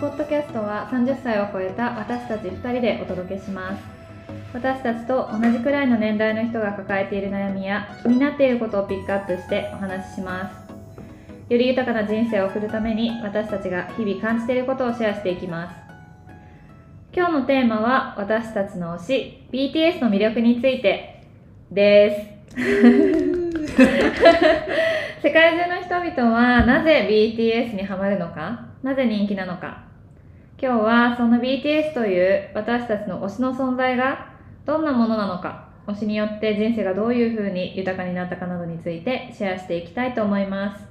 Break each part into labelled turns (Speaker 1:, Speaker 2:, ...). Speaker 1: ポッドキャストは30歳を超えた私たち2人でお届けします私たちと同じくらいの年代の人が抱えている悩みや気になっていることをピックアップしてお話ししますより豊かな人生を送るために私たちが日々感じていることをシェアしていきます今日のテーマは私たちの推し BTS の魅力についてです世界中の人々はなぜ BTS にハマるのかなぜ人気なのか今日はその BTS という私たちの推しの存在がどんなものなのか推しによって人生がどういうふうに豊かになったかなどについてシェアしていきたいと思います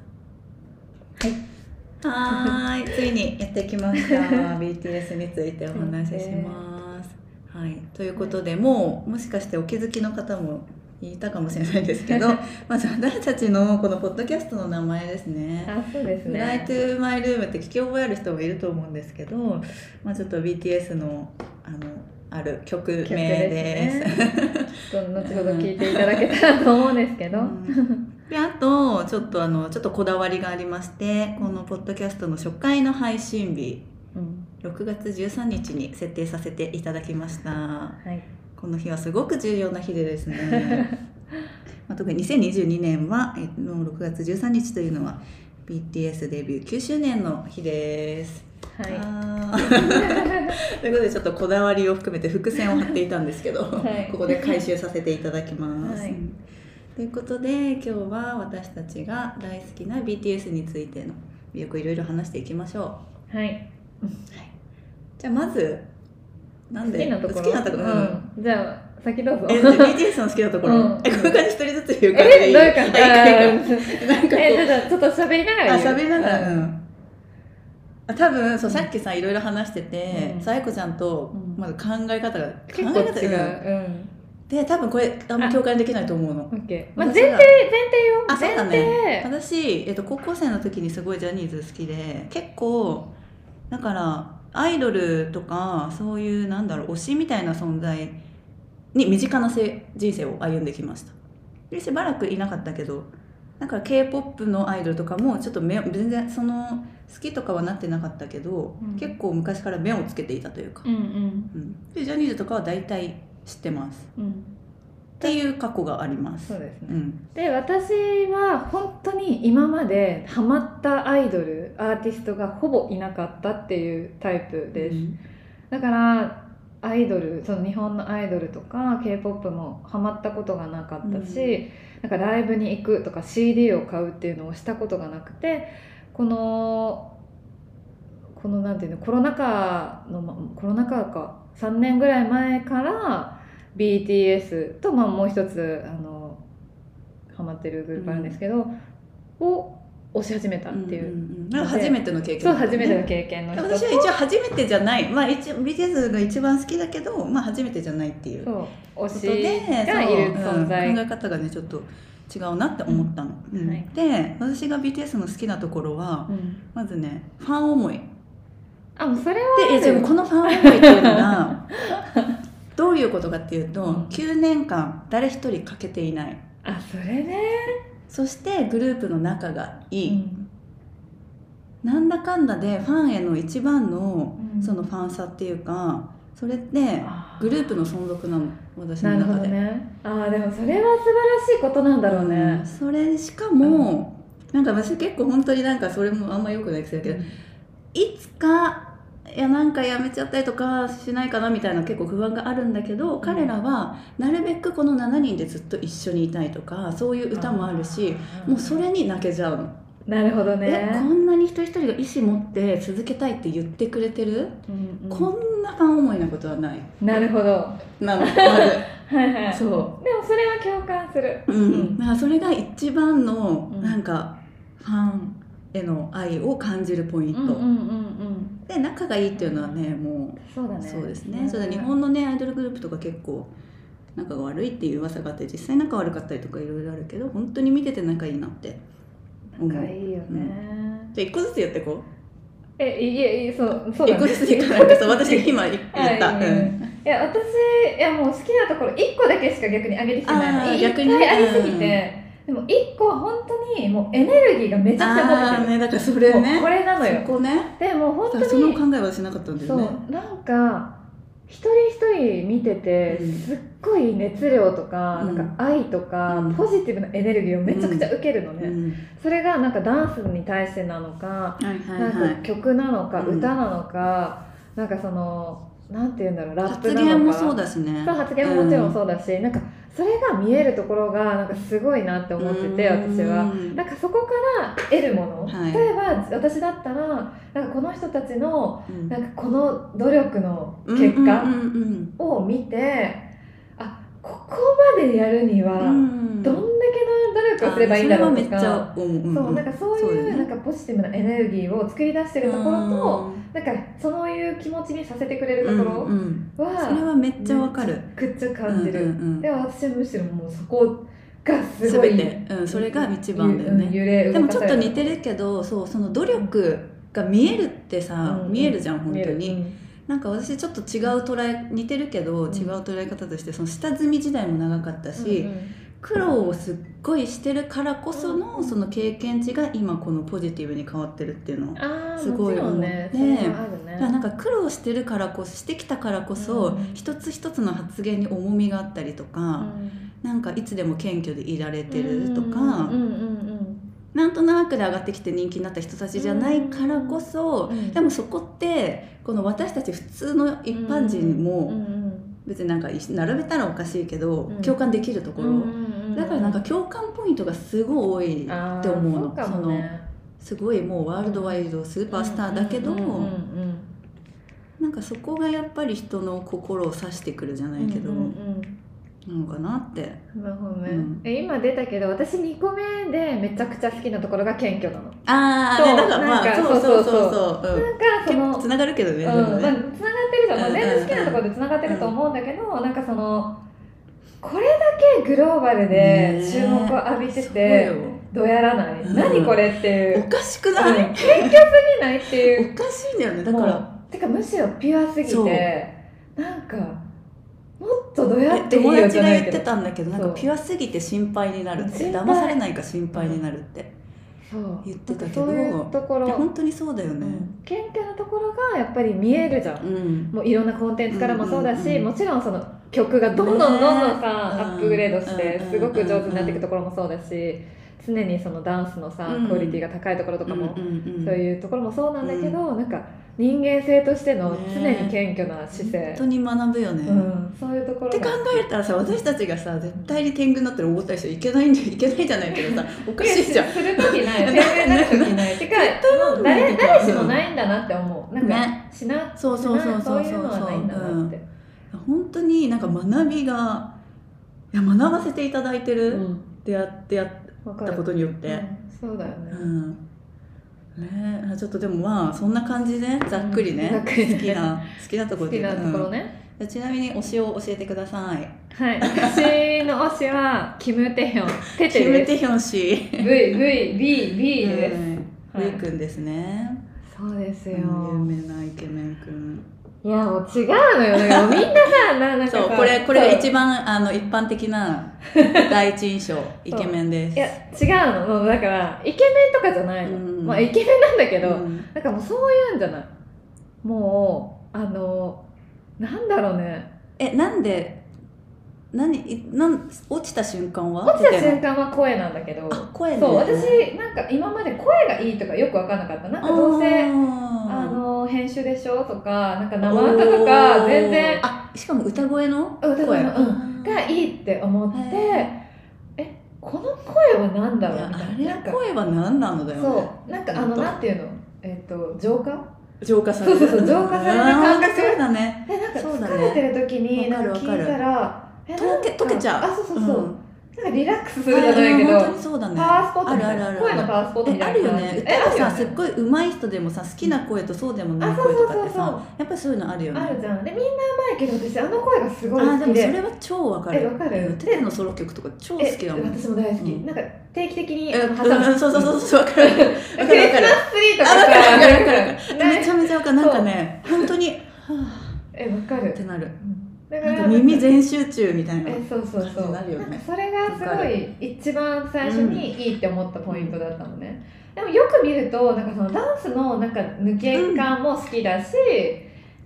Speaker 2: はーい、ついにやってきました。BTS についてお話しします。 はい、ということで、もうもしかしてお気づきの方もいたかもしれないんですけ ど、まず私たちのこのポッドキャストの名前ですね。
Speaker 1: あそうです
Speaker 2: フライト
Speaker 1: ね
Speaker 2: ゥーマイルームって聞き覚えある人もいると思うんですけど、まあちょっと BTS のあのある曲名
Speaker 1: 曲
Speaker 2: です。
Speaker 1: ですねちょっと後ほど聞いていただけたらと思うんですけど、
Speaker 2: うんであとちょっとあのちょっとこだわりがありまして、このポッドキャストの初回の配信日
Speaker 1: うん
Speaker 2: 6月13日に設定させていただきました
Speaker 1: はい
Speaker 2: この日はすごく重要な日でで すねまあ特に2022年はえの6月13日というのは BTS デビュー9周年の日です、
Speaker 1: は
Speaker 2: あー ということでちょっとこだわりを含めて伏線を張っていたんですけど、
Speaker 1: はい
Speaker 2: ここで回収させていただきます、
Speaker 1: はい
Speaker 2: ということで今日は私たちが大好きな BTS についての魅力をいろいろ話していきましょ
Speaker 1: い、
Speaker 2: う
Speaker 1: はい、
Speaker 2: じゃあまずな
Speaker 1: 好
Speaker 2: んで
Speaker 1: きなところ
Speaker 2: 好きなところ、うん
Speaker 1: うん、じゃあ先どうぞ
Speaker 2: えじゃあ BTS の好きなところ、
Speaker 1: うん
Speaker 2: えこういう感じ一人ずつ言う感じでい
Speaker 1: え
Speaker 2: い
Speaker 1: どういう感じ
Speaker 2: はいなんかこう
Speaker 1: えちょっとちょっと喋りながら
Speaker 2: あ
Speaker 1: 言う
Speaker 2: 喋りながら、
Speaker 1: う
Speaker 2: うんん、あ多分そう
Speaker 1: うん
Speaker 2: さっきさいろいろ話してて
Speaker 1: うん
Speaker 2: さやこちゃんと
Speaker 1: うん
Speaker 2: まず考え方が、
Speaker 1: 結
Speaker 2: 考
Speaker 1: 構
Speaker 2: え方
Speaker 1: 違
Speaker 2: が
Speaker 1: ううん
Speaker 2: で多分これあんま共感できないと思うの
Speaker 1: OK まあ
Speaker 2: 私
Speaker 1: 前提
Speaker 2: が
Speaker 1: 前提よ
Speaker 2: あそうだね
Speaker 1: 前提
Speaker 2: 私、えっと、高校生の時にすごいジャニーズ好きで結構だからアイドルとかそういうなんだろう推しみたいな存在に身近なせ人生を歩んできましたでしばらくいなかったけどだから k p o p のアイドルとかもちょっと目を全然その好きとかはなってなかったけど、
Speaker 1: うん
Speaker 2: 結構昔から目をつけていたというか、
Speaker 1: うんうん
Speaker 2: うんでジャニーズとかは大体知ってます
Speaker 1: うん
Speaker 2: っていう過去があります
Speaker 1: そうですね
Speaker 2: うん、
Speaker 1: で私は本当に今までハマったアイドルアーティストがほぼいなかったっていうタイプです、
Speaker 2: うん
Speaker 1: だからアイドルその日本のアイドルとか k p o p もハマったことがなかったし、なんかライブに行くとか CD を買うっていうのをしたことがなくてこのこのなんていうのコロナ禍のまコロナ禍か3年ぐらい前から BTS と、まあ、もう一つあのハマってるグループあるんですけど、を推し始めたっていう、
Speaker 2: んんんなんか初めての経験
Speaker 1: そう
Speaker 2: だったね
Speaker 1: 初めての経験の人と
Speaker 2: 私は一応初めてじゃない、まあ、一応 BTS が一番好きだけど、まあ、初めてじゃないっていうこ
Speaker 1: そう
Speaker 2: と
Speaker 1: 推し
Speaker 2: で
Speaker 1: がいる
Speaker 2: そううん
Speaker 1: 存在、
Speaker 2: 考え方がねちょっと違うなって思ったの、うん
Speaker 1: はい
Speaker 2: で私が BTS の好きなところは
Speaker 1: うん
Speaker 2: まずねファン思い
Speaker 1: あもうそれは
Speaker 2: でえでもこのファン思いっていうのが どういうことかっていうと
Speaker 1: うん
Speaker 2: 9年間誰一人欠けていない
Speaker 1: あそれね
Speaker 2: そしてグループの仲がいい、
Speaker 1: うん
Speaker 2: なんだかんだでファンへの一番の
Speaker 1: うん
Speaker 2: そのファンさっていうかそれって
Speaker 1: あー
Speaker 2: グループの存続なの私
Speaker 1: な
Speaker 2: の
Speaker 1: るほ
Speaker 2: 中
Speaker 1: ど
Speaker 2: で。
Speaker 1: ねあーでもそれは素晴らしいことなんだろう
Speaker 2: うん
Speaker 1: ね、
Speaker 2: それしかも、なんか私結構本当になんかそれもあんまよくないですけど、いつかいやなんかやめちゃったりとかしないかなみたいな結構不安があるんだけど、彼らはなるべくこの7人でずっと一緒にいたいとかそういう歌もあるし
Speaker 1: あー
Speaker 2: もうそれに泣けちゃうの。
Speaker 1: なるほど
Speaker 2: え
Speaker 1: ね
Speaker 2: こんなに一人一人が意思持って続けたいって言ってくれてる、
Speaker 1: うんうん
Speaker 2: こんなファン思いなことはない
Speaker 1: なるほどは
Speaker 2: なの ま
Speaker 1: いはい
Speaker 2: ずそ
Speaker 1: でもそれは共感する
Speaker 2: う、うん、だからそれが一番の
Speaker 1: うん
Speaker 2: なんかファンへの愛を感じるポイン
Speaker 1: う
Speaker 2: ト、
Speaker 1: んうんうんうん
Speaker 2: で仲がいいっていうのはねも
Speaker 1: そうだ
Speaker 2: う
Speaker 1: ね
Speaker 2: そうですね、それで日本のねアイドルグループとか結構仲が悪いっていう噂があって実際仲悪かったりとかいろいろあるけど本当に見てて仲いいなって
Speaker 1: 仲いいよね、
Speaker 2: じゃあ一個ずつやってこう
Speaker 1: えいえいえそうそう
Speaker 2: 一、
Speaker 1: だ
Speaker 2: 個
Speaker 1: ね
Speaker 2: ずついくなんかそう私今言っ
Speaker 1: はい
Speaker 2: た、うん
Speaker 1: いや私いやもう好きなところ1個だけしか逆に上げてきてない
Speaker 2: あー
Speaker 1: のいっぱ
Speaker 2: 逆にね
Speaker 1: いありすぎて、でも一個は本当にもうエネルギーがめちゃくちゃ
Speaker 2: あ
Speaker 1: 出
Speaker 2: あ
Speaker 1: て
Speaker 2: ねだからそ
Speaker 1: る
Speaker 2: れ
Speaker 1: もう
Speaker 2: ね
Speaker 1: これなの
Speaker 2: そ
Speaker 1: よ
Speaker 2: こね
Speaker 1: でもう本当
Speaker 2: だからその
Speaker 1: に
Speaker 2: 考えはしなかったんだ
Speaker 1: そ
Speaker 2: よ
Speaker 1: う
Speaker 2: ね
Speaker 1: なんか一人一人見てて
Speaker 2: うん
Speaker 1: すっごい熱量とか,、
Speaker 2: うん
Speaker 1: なんか愛とか、
Speaker 2: うん
Speaker 1: ポジティブなエネルギーをめちゃくちゃ受けるのね、
Speaker 2: うん
Speaker 1: それがなんかダンスに対してなのか、
Speaker 2: はいはいは
Speaker 1: なん
Speaker 2: い
Speaker 1: か曲なのか
Speaker 2: うん
Speaker 1: 歌なのか、なんかそのなんて言うんだろうラップ
Speaker 2: 発
Speaker 1: なのか
Speaker 2: 言もそうだしね
Speaker 1: そう発言ももちろんそうだし、なんかそれが見えるところがなんかすごいなって思ってて、私は。
Speaker 2: うん
Speaker 1: なんかそこから得るもの、
Speaker 2: はい
Speaker 1: 例えば私だったらなんかこの人たちの
Speaker 2: うん
Speaker 1: なんかこの努力の結果
Speaker 2: うんうんうん
Speaker 1: を見て、あここまでやるには
Speaker 2: う
Speaker 1: どんだけの
Speaker 2: ん
Speaker 1: 努力をすればいいんだろうと
Speaker 2: それはめっちゃ
Speaker 1: か。
Speaker 2: 思ううん
Speaker 1: そうなんかそうい
Speaker 2: そう
Speaker 1: う
Speaker 2: だね
Speaker 1: なんかポジティブなエネルギーを作り出してるところとなんかそういう気持ちにさせてくれる
Speaker 2: うん
Speaker 1: と
Speaker 2: うんう
Speaker 1: こ
Speaker 2: ん
Speaker 1: ろ
Speaker 2: それ
Speaker 1: は
Speaker 2: はめっちゃわかる
Speaker 1: くっちゃ感じる、
Speaker 2: うんうんうん
Speaker 1: でも私はむしろもうそこがすごい
Speaker 2: 全てうんそれが一番だよ
Speaker 1: うん
Speaker 2: ね
Speaker 1: 揺れ
Speaker 2: でもちょっと似
Speaker 1: て
Speaker 2: てるけどそうその努力が見えるってさ、
Speaker 1: うん
Speaker 2: 見えるじゃん本当に、
Speaker 1: に
Speaker 2: なんか私ちょっと違う捉え似てるけど、
Speaker 1: ん
Speaker 2: 違う捉え方としてその下積み時代も長かったし、苦労をすっごいしてるからこその、
Speaker 1: うん
Speaker 2: その経験値が今このポジティブに変わってるっていうの
Speaker 1: ああ
Speaker 2: すごい
Speaker 1: もちろんね
Speaker 2: ね
Speaker 1: それはあるね
Speaker 2: だからなんか苦労してるからこそしてきたからこそ、
Speaker 1: うん
Speaker 2: 一つ一つの発言に重みがあったりと
Speaker 1: う
Speaker 2: か、
Speaker 1: ん
Speaker 2: なんかいつでも謙虚でいられ
Speaker 1: って
Speaker 2: るとか、
Speaker 1: うんうん
Speaker 2: なんとなくで上がってきて人気になった人たちじゃないからこそ、
Speaker 1: うん
Speaker 2: でもそこってこの私たち普通の一般人
Speaker 1: うんう
Speaker 2: も
Speaker 1: ん
Speaker 2: 別になんか並べたらおかしいけど、
Speaker 1: うん
Speaker 2: 共感できるところ、
Speaker 1: うん
Speaker 2: だからなんか共感ポイントがすごい多い
Speaker 1: あー
Speaker 2: って思うの
Speaker 1: そうかもね
Speaker 2: すごいもうワールドワイドスーパースターだけど、
Speaker 1: うんうんうん
Speaker 2: なんかそこがやっぱり人の心を刺してくるじゃ
Speaker 1: う
Speaker 2: なんいけど、
Speaker 1: うんうん
Speaker 2: なのかなって。
Speaker 1: うんなるほどね
Speaker 2: うん
Speaker 1: え今出たけど私2個目でめちゃくちゃ好きなところが謙虚なの、
Speaker 2: ああ、
Speaker 1: そう
Speaker 2: ね、だからまあ
Speaker 1: なんか
Speaker 2: そうそ
Speaker 1: そう
Speaker 2: う
Speaker 1: そ
Speaker 2: そううそう。うん
Speaker 1: なんかそ
Speaker 2: 結
Speaker 1: の
Speaker 2: 構つながるけど
Speaker 1: う
Speaker 2: ね、
Speaker 1: ん
Speaker 2: で
Speaker 1: ま
Speaker 2: も
Speaker 1: あ、つながっ
Speaker 2: ね
Speaker 1: てるじゃん、まあ、
Speaker 2: うん
Speaker 1: 全部好きなところでつながってると思うんだけど、なんかそのこれだけグローバルで注目を浴びてて、
Speaker 2: そうよ
Speaker 1: どうやらない、
Speaker 2: うん
Speaker 1: 何これっていう
Speaker 2: おかしくない、
Speaker 1: うん謙虚すぎないっていう
Speaker 2: おかしいんだよねだか
Speaker 1: も
Speaker 2: ら
Speaker 1: うてかむしろピュアすぎ
Speaker 2: そう
Speaker 1: てなんかもっとどうやっていい
Speaker 2: 友
Speaker 1: よじ
Speaker 2: 達
Speaker 1: ゃ
Speaker 2: が
Speaker 1: な
Speaker 2: 言
Speaker 1: い
Speaker 2: っ
Speaker 1: け
Speaker 2: て
Speaker 1: ど
Speaker 2: たんだけどなんか
Speaker 1: そう
Speaker 2: ピュアすぎて心配になるって
Speaker 1: 心配
Speaker 2: 騙されないか心配になるって
Speaker 1: そう
Speaker 2: 言ってたけ
Speaker 1: なんかそ
Speaker 2: ど
Speaker 1: ういうとこ
Speaker 2: いや
Speaker 1: ろ
Speaker 2: 本当にそうだよ
Speaker 1: う
Speaker 2: ね
Speaker 1: ん謙虚なところがやっぱり見えるじゃ、
Speaker 2: うんん
Speaker 1: もういろんなコンテンツからもそうだし、
Speaker 2: うんうんうん
Speaker 1: もちろんその曲がどんどんどんどんさ、
Speaker 2: ね
Speaker 1: アップグレードして
Speaker 2: うん
Speaker 1: すごく上手になっていくところもそうだし常にそのダンスのさ、
Speaker 2: うん
Speaker 1: クオリティが高いところとかも
Speaker 2: うんうんうん
Speaker 1: そういうところもそうなんだけど、なんか人間性としての常
Speaker 2: ね
Speaker 1: に謙虚な姿勢
Speaker 2: 本、当に学ぶよね、
Speaker 1: う
Speaker 2: っ
Speaker 1: ん、そういうところ
Speaker 2: て考えたらさ私たちがさ絶対に天狗になったら怒ったりしちゃいけないんじゃいけないじゃない けどさおかしいじゃん
Speaker 1: する時 ない全然なる時ないてかもう誰誰しもないんだなって思うなんか、
Speaker 2: ね
Speaker 1: しな
Speaker 2: そうそうそう
Speaker 1: しな
Speaker 2: そ
Speaker 1: そうういうのはないんだなって、
Speaker 2: 本当になんか学びがいや学ばせていただいて
Speaker 1: う
Speaker 2: る
Speaker 1: ん、
Speaker 2: 出会ってやっ
Speaker 1: 分か
Speaker 2: た
Speaker 1: る
Speaker 2: ことによって、
Speaker 1: うんそうだよね、
Speaker 2: うんねえ、ちょっとでもまあそんな感じでざっくりね、
Speaker 1: うんざっくりね
Speaker 2: 好きな 好きなと
Speaker 1: 好
Speaker 2: ころ
Speaker 1: き
Speaker 2: で
Speaker 1: なところ
Speaker 2: ね
Speaker 1: ね、
Speaker 2: ちなみに推しを教えてください
Speaker 1: はい私の推しはキム・テヒョンテ
Speaker 2: キ
Speaker 1: テ
Speaker 2: ム・
Speaker 1: です
Speaker 2: テヒョン氏
Speaker 1: VVBB です、
Speaker 2: うん
Speaker 1: はい
Speaker 2: ウイ君ですね、
Speaker 1: そうですよ、
Speaker 2: うん有名なイケメン君
Speaker 1: いやもう違うのよなんかみんなさななんかさ
Speaker 2: そうこれこれが
Speaker 1: そう
Speaker 2: 一番あの一般的 な第一印象イケメンです
Speaker 1: いや違うのもうだからイケメンとかじゃないの、
Speaker 2: うん
Speaker 1: まあイケメンなんだけど、
Speaker 2: うん
Speaker 1: なんかもうそういうんじゃないもうあのなんだろうね
Speaker 2: えなんで何いなん落ちた瞬間は
Speaker 1: 落ちた
Speaker 2: 出て
Speaker 1: 瞬
Speaker 2: んの
Speaker 1: 間は声なんだけど
Speaker 2: あ声ね
Speaker 1: そう私なんか今まで声がいいとかよく分かんなかったなんかどうせあ
Speaker 2: あー
Speaker 1: の編集でしょとかなんか生歌とか全然
Speaker 2: あしかも歌声の
Speaker 1: 歌声の
Speaker 2: 声
Speaker 1: うんがいいって思って
Speaker 2: へ
Speaker 1: えこの声は何だ
Speaker 2: い
Speaker 1: ろう
Speaker 2: や
Speaker 1: みた
Speaker 2: あ
Speaker 1: い
Speaker 2: れ
Speaker 1: なな
Speaker 2: の
Speaker 1: んか
Speaker 2: 声は何なのだよね
Speaker 1: そうなんかあ
Speaker 2: ほ
Speaker 1: の
Speaker 2: んと
Speaker 1: なんていうのえっ、と浄化
Speaker 2: 浄化される
Speaker 1: そうそうそう浄化される感覚
Speaker 2: あーそうだね
Speaker 1: でなんか
Speaker 2: そうだね
Speaker 1: 疲れてる時に
Speaker 2: わ
Speaker 1: な
Speaker 2: か
Speaker 1: ん
Speaker 2: る
Speaker 1: か聞いたらえ
Speaker 2: 溶け
Speaker 1: なんか
Speaker 2: 溶けちゃう
Speaker 1: あそうそうそう、
Speaker 2: ん
Speaker 1: なんかリラックスするじゃないけど、
Speaker 2: うん本当にそうだね
Speaker 1: パワースポットみたいな
Speaker 2: あるあるある
Speaker 1: 声のパワースポットみ
Speaker 2: え
Speaker 1: た
Speaker 2: あ
Speaker 1: いな
Speaker 2: る
Speaker 1: 感
Speaker 2: よ
Speaker 1: じ
Speaker 2: ね
Speaker 1: え
Speaker 2: 歌が
Speaker 1: あ
Speaker 2: さ
Speaker 1: る
Speaker 2: す
Speaker 1: よ
Speaker 2: っ
Speaker 1: ね
Speaker 2: ごい上手い人でもさ好きな声とそうでもない
Speaker 1: あそう
Speaker 2: 声
Speaker 1: そ
Speaker 2: と
Speaker 1: う
Speaker 2: か
Speaker 1: そう
Speaker 2: って
Speaker 1: そう
Speaker 2: さやっぱそういうのあるよね
Speaker 1: あるじゃんでみんなうまいけど私あの声がすごい
Speaker 2: あ
Speaker 1: 好
Speaker 2: ーで
Speaker 1: き
Speaker 2: も
Speaker 1: で
Speaker 2: それは超わかる
Speaker 1: えわかる
Speaker 2: うんテレのソロ曲とか超好きだもん
Speaker 1: 私も大好き、
Speaker 2: うん
Speaker 1: なんか定期的に
Speaker 2: え
Speaker 1: あ
Speaker 2: う
Speaker 1: の
Speaker 2: ん
Speaker 1: 挟む、
Speaker 2: うんそうそうそうそうわかるわかるわ
Speaker 1: クリス
Speaker 2: か
Speaker 1: マ
Speaker 2: る
Speaker 1: スツリーとか
Speaker 2: あ
Speaker 1: さ
Speaker 2: わかるわかるわかるわかる
Speaker 1: ね
Speaker 2: めちゃめちゃわかるなんかね本当にはぁ
Speaker 1: えわか
Speaker 2: って
Speaker 1: る、
Speaker 2: なる
Speaker 1: うん、だ
Speaker 2: なんか
Speaker 1: が
Speaker 2: 耳全集中みたいな
Speaker 1: えそうそうそう
Speaker 2: なるよね
Speaker 1: んかそれがすごい一番最初にいいって思ったポイントだったのね、でもよく見るとなんかそのダンスのなんか抜け感も好きだし、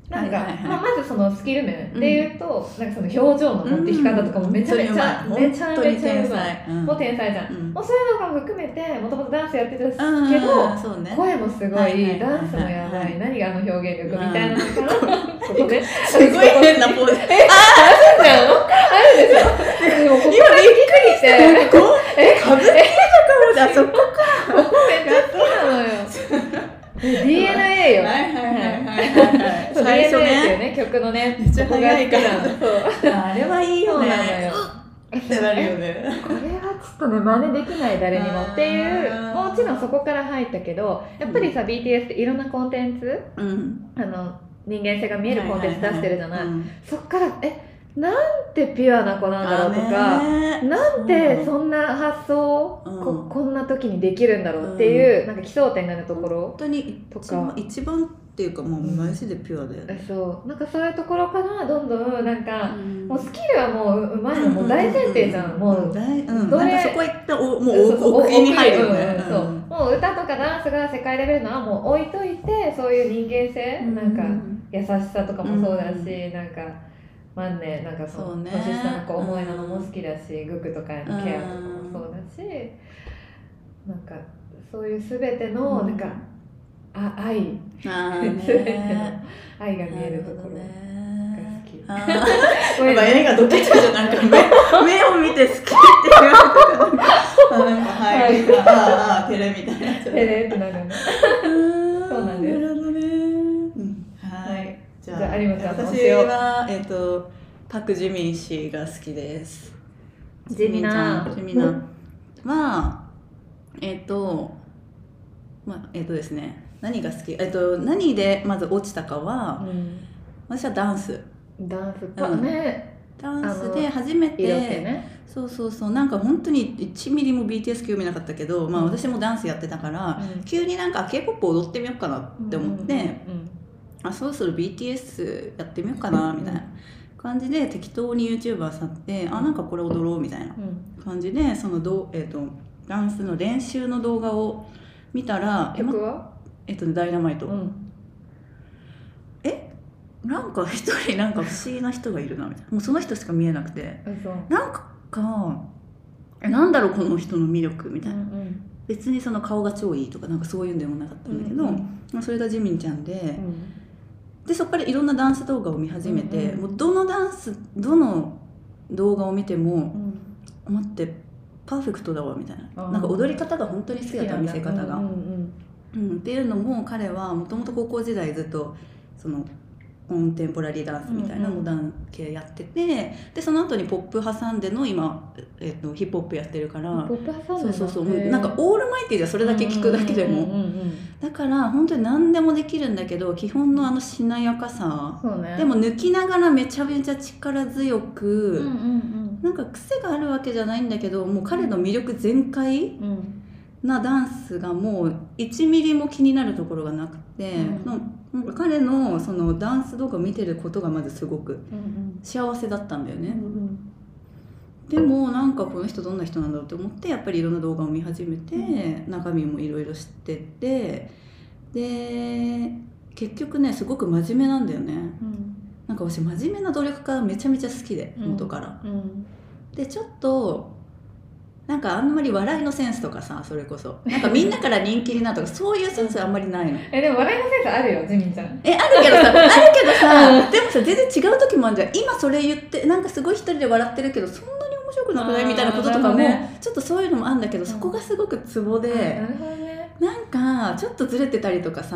Speaker 1: なんか、
Speaker 2: はいはいはい
Speaker 1: まあ、まずそのスキル面でいうと、なんかその表情の持ってき方とかもめちゃめちゃ、
Speaker 2: うん
Speaker 1: めちゃ
Speaker 2: 本当に
Speaker 1: めちゃ
Speaker 2: 天
Speaker 1: うまい
Speaker 2: 才うん
Speaker 1: もう天才じゃん、
Speaker 2: うん
Speaker 1: もうそういうのも含めてもともとダンスやってたけど、
Speaker 2: うんそうね
Speaker 1: 声もすごい、
Speaker 2: はいはいはいはい
Speaker 1: ダンスもやばい、
Speaker 2: はい
Speaker 1: 何があの表現力みたいなのから、ここね
Speaker 2: すごい変なポーズ
Speaker 1: あるじゃんあるでしょでもここが好きすぎて
Speaker 2: こう
Speaker 1: え
Speaker 2: かぶってたかもじゃあそこ
Speaker 1: ここめっちゃ好きなのよえ DNA よ、
Speaker 2: はいはいはいはいはい
Speaker 1: そう
Speaker 2: 最初
Speaker 1: DNA っていう
Speaker 2: ね
Speaker 1: ね曲のね
Speaker 2: めっちゃ
Speaker 1: ここが
Speaker 2: 早
Speaker 1: 好
Speaker 2: い
Speaker 1: き
Speaker 2: か
Speaker 1: な
Speaker 2: ら
Speaker 1: のそう
Speaker 2: あれはいいよ
Speaker 1: そうなの
Speaker 2: ね
Speaker 1: よ
Speaker 2: うっってなるよね
Speaker 1: これはちょっとね真似できない誰にもってい
Speaker 2: あ
Speaker 1: う
Speaker 2: ー
Speaker 1: もちろんそこから入ったけどやっぱりさ、BTS っていろんなコンテンツ
Speaker 2: うん
Speaker 1: あの人間性が見えるコンテンツ出してるじゃない,、
Speaker 2: うん
Speaker 1: そっからえなんてピュアな子なんだろうとか、
Speaker 2: あね
Speaker 1: なんでそんな発想をこ,、
Speaker 2: うん
Speaker 1: こんな時にできるんだろうっていう、なんか奇想天外なところ
Speaker 2: 本、当に
Speaker 1: と
Speaker 2: 一番
Speaker 1: か
Speaker 2: 一番っていうかもうマジでピュアだよ
Speaker 1: え
Speaker 2: ね、
Speaker 1: そうなんかそういうところからどんどんなんか、
Speaker 2: ん
Speaker 1: もうスキルはもううまいのもう大前提じゃん、もう
Speaker 2: 大うん
Speaker 1: どれ
Speaker 2: なんかそこ行ったおも
Speaker 1: そう
Speaker 2: う
Speaker 1: そう
Speaker 2: お奥に入るよね、
Speaker 1: うんうんそうもう歌とかダンスが世界レベルのはもう置いといてそういう人間性、なん
Speaker 2: う
Speaker 1: か優しさとかもそうだし、
Speaker 2: う
Speaker 1: なんか万年なんかそ
Speaker 2: そ
Speaker 1: の
Speaker 2: うね
Speaker 1: 年下の子思いなのも好きだし、グクとかのケアとかもそうだし、なんかそういう全てのなんか、あ愛
Speaker 2: あ ー
Speaker 1: 全ての
Speaker 2: ね
Speaker 1: 愛が見
Speaker 2: な
Speaker 1: え
Speaker 2: る
Speaker 1: る
Speaker 2: ほ
Speaker 1: と
Speaker 2: ど
Speaker 1: ころが
Speaker 2: ね
Speaker 1: 好き。
Speaker 2: あ ー
Speaker 1: ごめ
Speaker 2: やっ
Speaker 1: ん
Speaker 2: ぱ
Speaker 1: ね
Speaker 2: 映画ドキッとじゃ んなんか目目を見て好きって言われたからなんかはい
Speaker 1: は
Speaker 2: あーあー照れみた いなや
Speaker 1: て
Speaker 2: つ
Speaker 1: れってなるね
Speaker 2: そう
Speaker 1: なんです
Speaker 2: なるほどね。うんはい。
Speaker 1: じ
Speaker 2: じ
Speaker 1: ゃあ有馬ちゃんの
Speaker 2: 私
Speaker 1: 推しを
Speaker 2: はえっ、とパクジミン氏が好きです。
Speaker 1: ジミナ
Speaker 2: ジミナはえっ、とまあえっ、とですね何が好きえっ、と何でまず落ちたかは
Speaker 1: うん
Speaker 2: 私はダンス。
Speaker 1: ダンスか、
Speaker 2: うん
Speaker 1: ね
Speaker 2: ダンスで初めて
Speaker 1: 色気ね、
Speaker 2: そうそうそうなんか本当に1ミリも BTS 興味なかったけど、まあ、
Speaker 1: うん
Speaker 2: 私もダンスやってたから、
Speaker 1: うん
Speaker 2: 急になんか k p o p 踊ってみようかなって思って、
Speaker 1: うん
Speaker 2: あそろそろ BTS やってみようかなみたいな感じで適当に YouTuber さってあなんかこれ踊ろうみたいな
Speaker 1: うん
Speaker 2: 感じでそのどう、えー、とダンスの練習の動画を見たらえ、ま
Speaker 1: 曲は、
Speaker 2: えっとねダイナマイト、
Speaker 1: うん、
Speaker 2: なんか一人なんか不思議な人がいるなみたいなもうその人しか見えなくて
Speaker 1: 嘘
Speaker 2: なんかえなんだろうこの人の魅力みたいな、
Speaker 1: ん
Speaker 2: 別にその顔が超いいとかなんかそういうんでもなかったんだけど、
Speaker 1: うん
Speaker 2: まあそれがジミンちゃんで、
Speaker 1: うん
Speaker 2: でそこからいろんなダンス動画を見始めて、
Speaker 1: うんうん
Speaker 2: もうどのダンスどの動画を見ても
Speaker 1: うん
Speaker 2: 待ってパーフェクトだわみたいな
Speaker 1: あー
Speaker 2: なんか踊り方が本当に好きだった見せ方が、
Speaker 1: う
Speaker 2: うんんっていうのも彼はもともと高校時代ずっとそのコンテンポラリーダンスみたいな
Speaker 1: うんうん
Speaker 2: モダン系やってて、でその後にポップ挟んでの今、えっとヒップホップやってるか
Speaker 1: う
Speaker 2: ら、
Speaker 1: んうん、ポップ
Speaker 2: そうそうそうもうなんかオールマイティーじゃんそれだけ聞くだけでも、
Speaker 1: うんうんうんうん
Speaker 2: だから本当に何でもできるんだけど基本のあのしなやかさ、
Speaker 1: そうね
Speaker 2: でも抜きながらめちゃめちゃ力強
Speaker 1: うんう
Speaker 2: く、
Speaker 1: ん
Speaker 2: なんか癖があるわけじゃないんだけどもう彼の魅力全開
Speaker 1: うんうん
Speaker 2: なダンスがもう1ミリも気になるところがなくて、
Speaker 1: うん
Speaker 2: のなんか彼のそのダンス動画を見てることがまずすごく
Speaker 1: うん
Speaker 2: 幸せだったんだよ
Speaker 1: うんう
Speaker 2: ね、
Speaker 1: ん
Speaker 2: でもなんかこの人どんな人なんだろうと思ってやっぱりいろんな動画を見始めて、中身もいろいろ知ってってで結局ねすごく真面目なんだよね。
Speaker 1: うん
Speaker 2: なんか私真面目な努力家がめちゃめちゃ好きで
Speaker 1: うん
Speaker 2: 元から、
Speaker 1: うん
Speaker 2: でちょっとなんかあんまり笑いのセンスとかさそれこそなんかみんなから人気になるとかそういうセンスあんまりないの
Speaker 1: えでも笑いのセンスあるよジミンちゃん
Speaker 2: えあるけどさあるけど
Speaker 1: う
Speaker 2: さでもさ全然違う時もあるじゃん今それ言ってなんかすごい一人で笑ってるけどそんなに面白くなくな
Speaker 1: あ
Speaker 2: い
Speaker 1: ー
Speaker 2: みたいなことと
Speaker 1: な
Speaker 2: か
Speaker 1: る
Speaker 2: も、
Speaker 1: ほどね
Speaker 2: ちょっとそういうのもあるんだけどそこがすごくツボ
Speaker 1: あ
Speaker 2: で
Speaker 1: な、るほどね
Speaker 2: なんかちょっとずれてたりとかさ、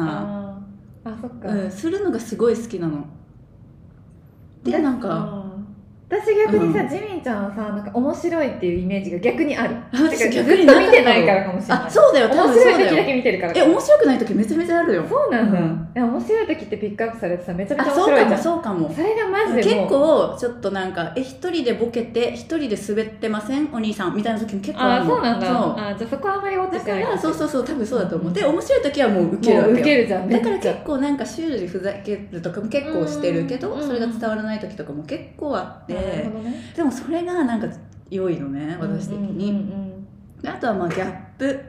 Speaker 1: あーあそっか
Speaker 2: うん、するのがすごい好きなので
Speaker 1: だ
Speaker 2: なんか
Speaker 1: あ私逆にさ、
Speaker 2: うん
Speaker 1: ジミンちゃんはさなんか面白いっていうイメージが逆にある
Speaker 2: あ 私
Speaker 1: てか
Speaker 2: 逆に
Speaker 1: ずっ
Speaker 2: な
Speaker 1: と見
Speaker 2: かったの
Speaker 1: てないからかもしれない
Speaker 2: あそうだよ多
Speaker 1: 面
Speaker 2: 分そう
Speaker 1: 白い時
Speaker 2: だ
Speaker 1: だ
Speaker 2: よ
Speaker 1: け見てるから
Speaker 2: え面白くない時めちゃめちゃあるよ
Speaker 1: そうなんだ、
Speaker 2: う
Speaker 1: うんいや面白い時ってピックアップされてさめちゃめち
Speaker 2: あ
Speaker 1: ゃ面
Speaker 2: そう
Speaker 1: 白
Speaker 2: か
Speaker 1: いじ
Speaker 2: も
Speaker 1: ゃんそ
Speaker 2: そうかも
Speaker 1: れがマジ
Speaker 2: 結
Speaker 1: でもう
Speaker 2: 構ちょっとなんか「え一人でボケて一人で滑ってませんお兄さん」みたいな時も結構あ
Speaker 1: あ
Speaker 2: るの
Speaker 1: そうなんだ
Speaker 2: そう
Speaker 1: あじゃあそこはあんまり落
Speaker 2: だ
Speaker 1: ちて
Speaker 2: か
Speaker 1: ない
Speaker 2: らそうそううそう多分そうだと思うで面白い時はもう受ける
Speaker 1: も
Speaker 2: わ
Speaker 1: う
Speaker 2: け
Speaker 1: 受
Speaker 2: よ
Speaker 1: けるじゃん
Speaker 2: だから
Speaker 1: めっちゃ
Speaker 2: 結構なんかシュールにふざけるとかも結構してるけ
Speaker 1: う
Speaker 2: ど
Speaker 1: ん
Speaker 2: それが伝わらない時とかも結構あっ
Speaker 1: なる
Speaker 2: て
Speaker 1: ほどね
Speaker 2: でもそれがなんか良いのね私的
Speaker 1: うん
Speaker 2: に
Speaker 1: うん
Speaker 2: であとはまあギャップ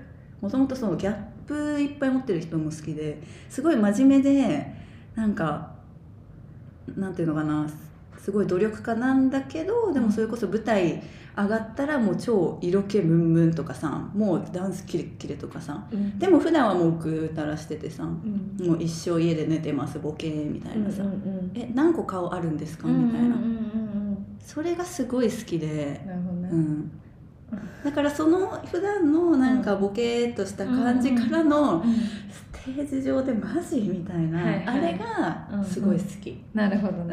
Speaker 2: もともとそのギャップいっぱい持ってる人も好きですごい真面目でなんかなんていうのかなすごい努力家なんだけどでもそれこそ舞台上がったらもう超色気ムンムンとかさもうダンスキレッキレとかさ
Speaker 1: うんうん
Speaker 2: でも普段はもうぐうたらしててさも
Speaker 1: うん
Speaker 2: う一生家で寝てますボケみたいなさ、
Speaker 1: うんうんうん
Speaker 2: え何個顔あるんですか
Speaker 1: うんうん
Speaker 2: みたいな、
Speaker 1: うんうん
Speaker 2: それがすごい好きで
Speaker 1: うんなるほど
Speaker 2: う
Speaker 1: ね
Speaker 2: ん、だからその普段のなんかボケーっとした感じからのステージ上でマジみたいな、
Speaker 1: はいはい
Speaker 2: あれがすごい好き、
Speaker 1: なるほどね、
Speaker 2: うん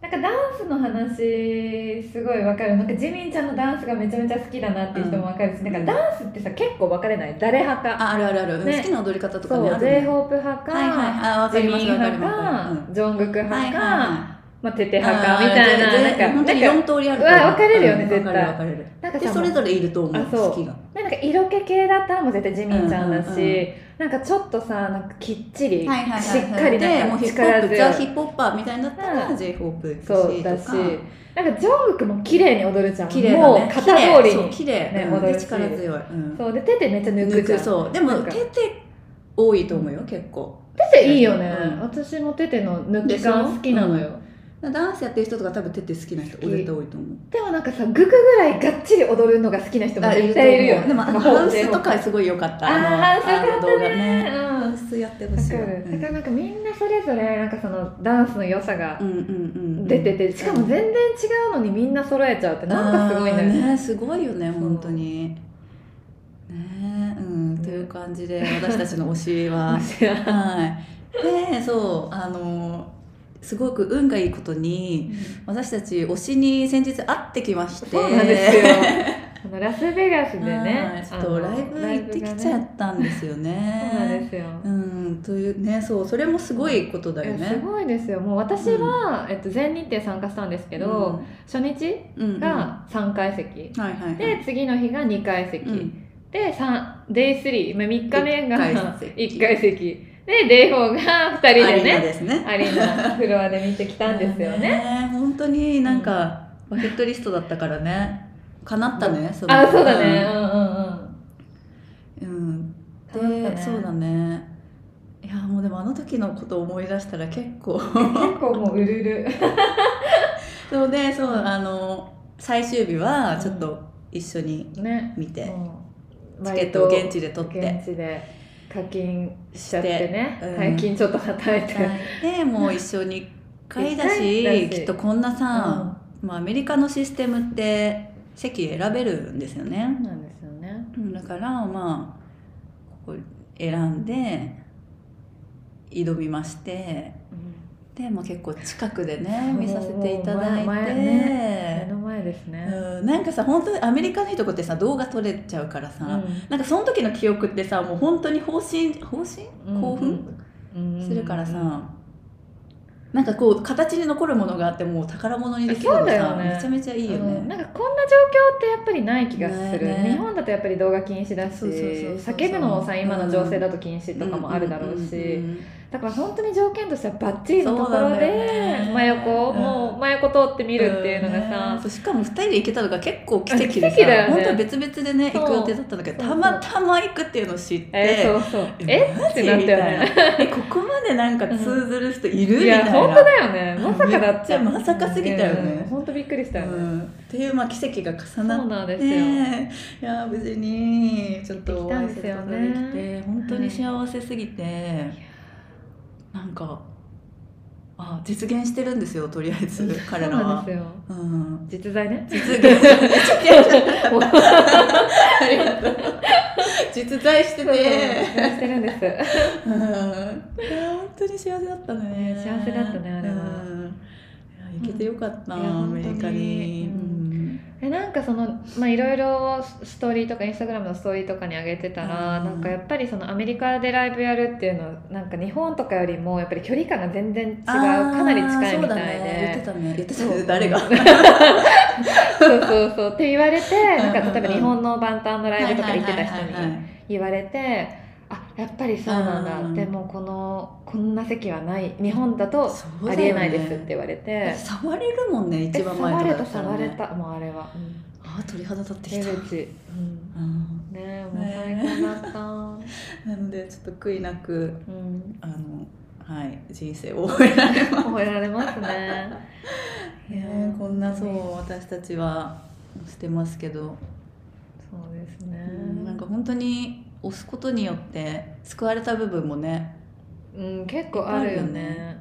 Speaker 1: なんかダンスの話すごいわかるなんかジミンちゃんのダンスがめちゃめちゃ好きだなっていう人もわかるし、
Speaker 2: ん
Speaker 1: なんかダンスってさ結構分かれない誰派か
Speaker 2: ああるあるある、
Speaker 1: ね
Speaker 2: 好きな踊り方とか
Speaker 1: そう
Speaker 2: ねある
Speaker 1: j h o p e 派か、
Speaker 2: はいはいあわか
Speaker 1: ジ
Speaker 2: り
Speaker 1: ミン
Speaker 2: ますわかり
Speaker 1: 派
Speaker 2: ます、
Speaker 1: か
Speaker 2: う、ん
Speaker 1: ジョングク
Speaker 2: はい
Speaker 1: 派か、
Speaker 2: はい
Speaker 1: まあ、テテ
Speaker 2: はい
Speaker 1: 派かみたいな
Speaker 2: あー
Speaker 1: なんか
Speaker 2: 本当に
Speaker 1: なんか
Speaker 2: 4通りある
Speaker 1: うわ分かれるよね
Speaker 2: うん
Speaker 1: 絶対
Speaker 2: 分かる分かれる
Speaker 1: なんか
Speaker 2: で
Speaker 1: さ
Speaker 2: それぞれいると思う
Speaker 1: あそう
Speaker 2: 好きが
Speaker 1: なんか色気系だったらもう絶対ジミンちゃんだし、
Speaker 2: うんうんう
Speaker 1: なんかちょっとさなんかきっちり、
Speaker 2: はいはいはい
Speaker 1: しっかり
Speaker 2: で
Speaker 1: な
Speaker 2: もうんヒ
Speaker 1: か
Speaker 2: ップホ
Speaker 1: 力
Speaker 2: ップザ・ヒ
Speaker 1: 強い
Speaker 2: ップホッパーみたいになったら、
Speaker 1: う
Speaker 2: J−HOPE
Speaker 1: そうだし
Speaker 2: とか
Speaker 1: なんかジョングクも綺麗に踊るじゃん
Speaker 2: 綺麗だね
Speaker 1: もう型通りに
Speaker 2: 綺麗
Speaker 1: ね
Speaker 2: そう綺麗うん
Speaker 1: 踊
Speaker 2: で
Speaker 1: るし
Speaker 2: 力強い、うん、
Speaker 1: そうで手でめっちゃ抜く
Speaker 2: 抜
Speaker 1: じゃ
Speaker 2: く
Speaker 1: ん
Speaker 2: そうでも
Speaker 1: なんか
Speaker 2: 手って多いと思うよ結構
Speaker 1: テテいいよね、
Speaker 2: うん
Speaker 1: 私もテテの抜き感好きなのよ、
Speaker 2: ダンスやってる人とか多分手って好きな人
Speaker 1: 好き
Speaker 2: 絶対多いと思う
Speaker 1: でもなんかさグクぐらいがっちり踊るのが好きな人も絶対いるよね
Speaker 2: でもあの
Speaker 1: なんか
Speaker 2: ハウスとかすごい良かったの
Speaker 1: あーハウス良かったね
Speaker 2: あの動画ね
Speaker 1: うん
Speaker 2: ハウスやってほ
Speaker 1: わ
Speaker 2: しい
Speaker 1: か
Speaker 2: わ
Speaker 1: るだからなんかみんなそれぞれなんかそのダンスの良さが
Speaker 2: うんうんうんうん
Speaker 1: 出てて、しかも全然違うのにみんな揃えちゃうってなんかすごいんだよね
Speaker 2: あーねすごいよね
Speaker 1: そう
Speaker 2: 本当にねうんという感じで私たちの推しははい、でそうあのすごく運がいいことに私たち推しに先日会ってきまして
Speaker 1: そうなんですよあのラスベガスで
Speaker 2: は
Speaker 1: ね
Speaker 2: いちょっとライブ行ってきちゃ
Speaker 1: っ
Speaker 2: ったんですよ
Speaker 1: たそうなん
Speaker 2: ね
Speaker 1: ですよ
Speaker 2: うんというねそうそれもすごいことだよ
Speaker 1: いやす
Speaker 2: ね
Speaker 1: ごいですよもう私は、えっと、全日程参加したんですけど、初日
Speaker 2: うん、うん
Speaker 1: が3階席、
Speaker 2: うんはいはいはい
Speaker 1: で次の日が2階席、
Speaker 2: うん
Speaker 1: で3 Day3 今3日目が
Speaker 2: 一階席
Speaker 1: 1階席で Day4 が2人
Speaker 2: アリ
Speaker 1: で
Speaker 2: ーナ
Speaker 1: ね
Speaker 2: ですね
Speaker 1: アリーナフロアで見てきたんですよね
Speaker 2: ね本当になんか、バケットリストだったからね叶ったねその
Speaker 1: あそうだねうんうん
Speaker 2: うん
Speaker 1: うん
Speaker 2: で、そうだねいやもうでもあの時のことを思い出したら結構
Speaker 1: 結構もううるうる
Speaker 2: そうでそうあの最終日はちょっと一緒に
Speaker 1: ね
Speaker 2: 見て、
Speaker 1: もう
Speaker 2: チケットを
Speaker 1: 割
Speaker 2: 現地で取って
Speaker 1: 現地で課金しちゃってね
Speaker 2: してうん
Speaker 1: 大金ちょっと叩いて、
Speaker 2: でもう一緒に一回だし
Speaker 1: 一回だし
Speaker 2: きっとこんなさ、まあ、アメリカのシステムって席選べるんですよ
Speaker 1: そう
Speaker 2: ね
Speaker 1: なんですよね
Speaker 2: うんだからまあここ選んで挑みましてでも結構近くでね
Speaker 1: そう
Speaker 2: 見させていただい
Speaker 1: も
Speaker 2: て、
Speaker 1: う前目の前ですね、
Speaker 2: うん、なんかさ本当にアメリカの人ってさ動画撮れちゃうからさ、なんかその時の記憶ってさもう本当に放心放心
Speaker 1: うん
Speaker 2: 興奮、
Speaker 1: うん
Speaker 2: するからさ、なんかこう形に残るものがあってもう宝物にできるの
Speaker 1: そうだよ
Speaker 2: さ、
Speaker 1: ね
Speaker 2: めちゃめちゃいいよ
Speaker 1: うんな
Speaker 2: ね
Speaker 1: んかこんな状況ってやっぱりない気がする、
Speaker 2: ねね
Speaker 1: 日本だとやっぱり動画禁止だし
Speaker 2: そうそうそうそう
Speaker 1: 叫ぶのもさ今の情勢だと禁止とかもあるだろうし、
Speaker 2: んんん
Speaker 1: だから本当に条件としてはバッチリのところ
Speaker 2: そうなん
Speaker 1: で、
Speaker 2: だよね
Speaker 1: 真横、
Speaker 2: うん
Speaker 1: もう真横通って見るっていうのが
Speaker 2: うんね
Speaker 1: さ、
Speaker 2: そうしかも2人で行けたのが結構奇跡でさ
Speaker 1: 奇跡だよね
Speaker 2: 本当は別々でね
Speaker 1: そう
Speaker 2: 行く予定だったんだけど
Speaker 1: そう
Speaker 2: たまたま行くっていうのを知って、
Speaker 1: えーそうそうえ
Speaker 2: マジ
Speaker 1: ってなったよね
Speaker 2: みたいなえここまでなんか通ずる人いる、
Speaker 1: い
Speaker 2: みたい
Speaker 1: や
Speaker 2: な
Speaker 1: 本当だよねまさかだ
Speaker 2: めっ
Speaker 1: っ
Speaker 2: ちゃ
Speaker 1: た
Speaker 2: まさかすぎたよね
Speaker 1: うん本当びっくりしたよね、
Speaker 2: うんっていう、まあ、奇跡が重
Speaker 1: そ
Speaker 2: な
Speaker 1: う
Speaker 2: っ
Speaker 1: なんで
Speaker 2: て、
Speaker 1: すよ、
Speaker 2: いや無事にちょっとお会いすることがで
Speaker 1: 行ってきた
Speaker 2: き
Speaker 1: ん
Speaker 2: て、
Speaker 1: で
Speaker 2: 本当に幸せすぎて、なんかあ実現してるんですよとりあえず彼ら
Speaker 1: そうなん
Speaker 2: は
Speaker 1: で。すよ
Speaker 2: うん
Speaker 1: 実在 ね
Speaker 2: 実現
Speaker 1: そうそう
Speaker 2: 実在してて、
Speaker 1: 実在してるんです
Speaker 2: うん、いや本当に幸せだったね
Speaker 1: 幸せだったねあれは
Speaker 2: うんいやや行けてよかった、
Speaker 1: うんいや
Speaker 2: アメリカに、
Speaker 1: 本当えなんかそのまあいろいろストーリーとかインスタグラムのストーリーとかに上げてたら、
Speaker 2: うん
Speaker 1: なんかやっぱりそのアメリカでライブやるっていうのはなんか日本とかよりもやっぱり距離感が全然違う
Speaker 2: あー
Speaker 1: かなり近いみたい
Speaker 2: そうだね言って
Speaker 1: で。
Speaker 2: たね言ってた
Speaker 1: そ
Speaker 2: ね
Speaker 1: う
Speaker 2: 誰が
Speaker 1: そうそうそうって言われてなんか
Speaker 2: うんうんうん
Speaker 1: 例えば日本のバンタンのライブとか行ってた人
Speaker 2: はいはいはいはい
Speaker 1: に
Speaker 2: はい
Speaker 1: 言われてあやっぱりそうなんだ、
Speaker 2: うん
Speaker 1: でもこのこんな席はない日本だと
Speaker 2: そうだよね
Speaker 1: ありえないですって言われて、
Speaker 2: 触れるもんね
Speaker 1: え
Speaker 2: 一番
Speaker 1: 触
Speaker 2: 前
Speaker 1: れ
Speaker 2: とかだ
Speaker 1: た
Speaker 2: ったら、ね、
Speaker 1: 触れたもうあれは、うん、
Speaker 2: あー鳥肌立ってき
Speaker 1: 出
Speaker 2: た、
Speaker 1: 口、うん
Speaker 2: うん
Speaker 1: ねえもう最
Speaker 2: ね
Speaker 1: 高だった、
Speaker 2: なのでちょっと悔いなく
Speaker 1: うん
Speaker 2: あのはい人生を終えられます
Speaker 1: 覚えられます ねいや
Speaker 2: ねこんなそ
Speaker 1: 本
Speaker 2: う私たちはしてますけど、
Speaker 1: そうですね
Speaker 2: うんなんか本当に押すことによって救われた部分もね
Speaker 1: うん結構あるよ
Speaker 2: いっぱいあるよ
Speaker 1: ね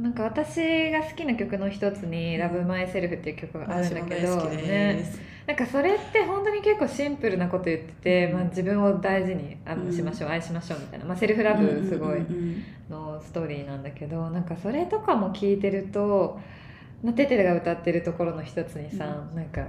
Speaker 1: なんか私が好きな曲の一つに「ラブマイセルフっていう曲があるんだけ
Speaker 2: 私
Speaker 1: ど、
Speaker 2: も大好きで
Speaker 1: ね、
Speaker 2: す、
Speaker 1: なんかそれって本当に結構シンプルなこと言ってて、
Speaker 2: うん
Speaker 1: まあ、自分を大事にあ
Speaker 2: うん
Speaker 1: のしましょう、愛しましょうみたいな、まあ、セルフラブすごいのストーリーなんだけど、なんかそれとかも聞いてるとなテテレが歌ってるところの一つにさ、なんか